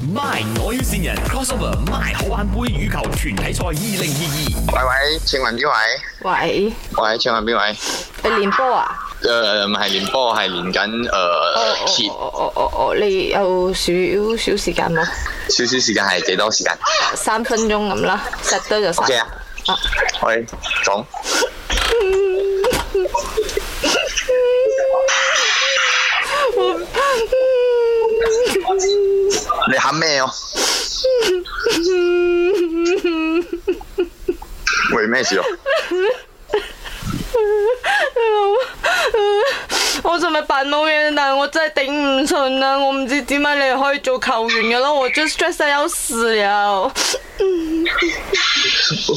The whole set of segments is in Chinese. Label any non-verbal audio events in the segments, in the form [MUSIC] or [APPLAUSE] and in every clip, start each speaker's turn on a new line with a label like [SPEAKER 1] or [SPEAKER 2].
[SPEAKER 1] My 我要线人 crossover My 好玩杯羽球團體賽二零二
[SPEAKER 2] 喂喂，請問邊位？
[SPEAKER 3] 喂，
[SPEAKER 2] 喂，請問邊位？
[SPEAKER 3] 你練波啊？
[SPEAKER 2] 誒、唔係練波，係練緊誒
[SPEAKER 3] 哦哦哦哦，你有少少時間冇？
[SPEAKER 2] 切，少少時間係幾多時間
[SPEAKER 3] 三分鐘咁啦，實得就
[SPEAKER 2] ？OK
[SPEAKER 3] 實
[SPEAKER 2] 啊。，喂，講。你喊咩哦？喂，咩 [LAUGHS] 事哦？
[SPEAKER 3] 我就咪扮冇嘢，但係我真係頂唔順啦！我唔知點解你可以做球員嘅咯，我就 stress 得有事了。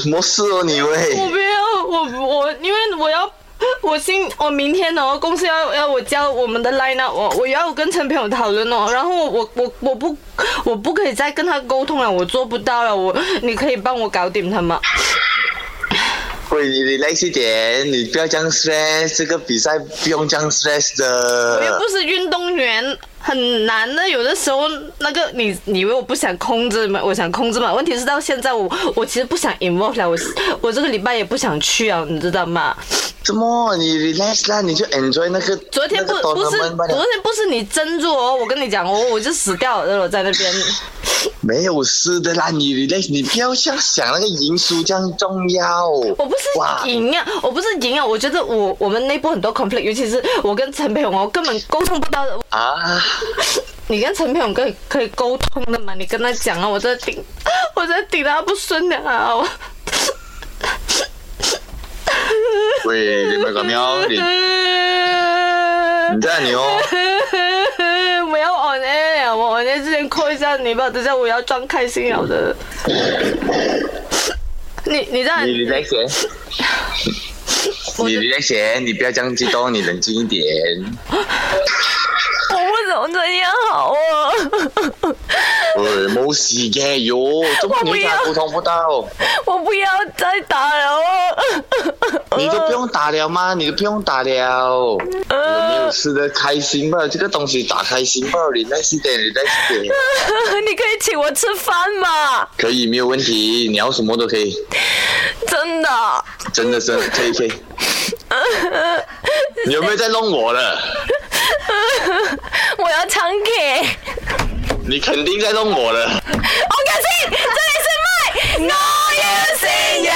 [SPEAKER 2] 冇事哦，你
[SPEAKER 3] 我
[SPEAKER 2] 喂。
[SPEAKER 3] 不要，我我因为我要，我今我明天哦，公司要要我交我们的 line up 哦，我要跟陈朋友讨论哦，然后我我我我不我不可以再跟他沟通了，我做不到了，我你可以帮我搞定他吗？
[SPEAKER 2] 喂，你 relax 一点，你不要这样 stress，这个比赛不用这样 stress 的。
[SPEAKER 3] 我又不是运动员，很难的。有的时候，那个你你以为我不想控制吗？我想控制嘛。问题是到现在我，我其实不想 involve 了，我我这个礼拜也不想去啊，你知道吗？
[SPEAKER 2] 怎么你 relax 啦，你就 enjoy 那个
[SPEAKER 3] 昨天不
[SPEAKER 2] 那个
[SPEAKER 3] 不是
[SPEAKER 2] tournament 罢
[SPEAKER 3] 昨
[SPEAKER 2] 了
[SPEAKER 3] 天不是你斟酌哦，我跟你讲哦，我就死掉了，我在那
[SPEAKER 2] [LAUGHS]
[SPEAKER 3] 边。
[SPEAKER 2] 没有事的啦，你 relax，你不要像想那个赢输这样重要。
[SPEAKER 3] 我不
[SPEAKER 2] 哇
[SPEAKER 3] 是赢啊，我不是赢啊，我觉得我我们内部很多 conflict，尤其是我跟陈培勇，我根本沟通不到的。
[SPEAKER 2] 啊，
[SPEAKER 3] 你跟陈培勇可以可以沟通的嘛？你跟他讲啊，我在顶， [LAUGHS] 我在顶他不顺的啊。
[SPEAKER 2] [LAUGHS]
[SPEAKER 3] 我
[SPEAKER 2] 喂，你咪咁样，你你真系你哦，
[SPEAKER 3] [LAUGHS] 我要 on air，啊我 on air 之前 call 一下你吧，等一下我要装开心了的。你你这样
[SPEAKER 2] 你 relax 点，
[SPEAKER 3] 我
[SPEAKER 2] 你 relax 点，你不要这样激动，你冷静一点。
[SPEAKER 3] 我不懂这样好啊！
[SPEAKER 2] 喂，冇事嘅，哟，中国女仔沟通不到，
[SPEAKER 3] [LAUGHS] 我不要再打了啊！
[SPEAKER 2] 你都不用打了吗？你都不用打了，没有事的，开心吧，这个东西打开心吧，relax 一点，relax 一点。
[SPEAKER 3] [LAUGHS] 你可以请我吃饭吗？
[SPEAKER 2] 可以，没有问题，你要什么都可以，
[SPEAKER 3] 真的，
[SPEAKER 2] 真的真的可以可以。
[SPEAKER 3] [LAUGHS]
[SPEAKER 2] 你有没有在弄我了？
[SPEAKER 3] 我要唱 K。
[SPEAKER 2] 你肯定在弄我了。
[SPEAKER 3] 哎我感谢，这里是麦，我要新人。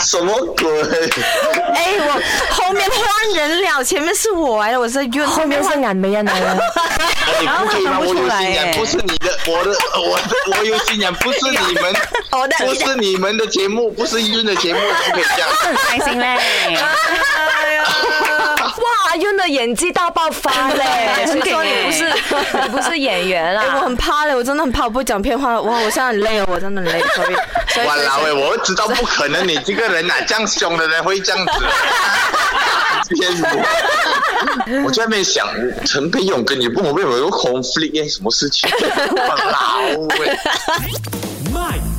[SPEAKER 2] 什么鬼？
[SPEAKER 3] 哎，我后面换人了，前面是我哎，我是运
[SPEAKER 4] 后面是俺们呀，
[SPEAKER 3] [LAUGHS]
[SPEAKER 4] 男人。
[SPEAKER 2] 你不可以吗？我有
[SPEAKER 4] 我看不出来
[SPEAKER 2] 信仰，
[SPEAKER 4] 哎
[SPEAKER 2] 不是你的，我的，我的，我有信仰，不是你 [LAUGHS] 们，
[SPEAKER 3] 我的
[SPEAKER 2] 不是你们的节目，不是音的节目，不可以这样。
[SPEAKER 4] 很开心嘞！
[SPEAKER 3] 哎
[SPEAKER 4] 哇，阿윤的演技大爆发
[SPEAKER 3] [LAUGHS]
[SPEAKER 4] 嘞！谁说你不是你不是演员
[SPEAKER 3] 哎，我
[SPEAKER 4] 啊？
[SPEAKER 3] 很怕嘞，我真的很怕，我不会讲骗话。哇，我现在很累哦，我真的很累，sorry。所以
[SPEAKER 2] 哇老喂，我知道不可能，你这个人呐、这样凶的人会这样子。 [LAUGHS] 天哪我在那边想，陈培勇跟你哎不，我为什么有 conflict 耶什么事情？哇老喂。
[SPEAKER 1] 二。My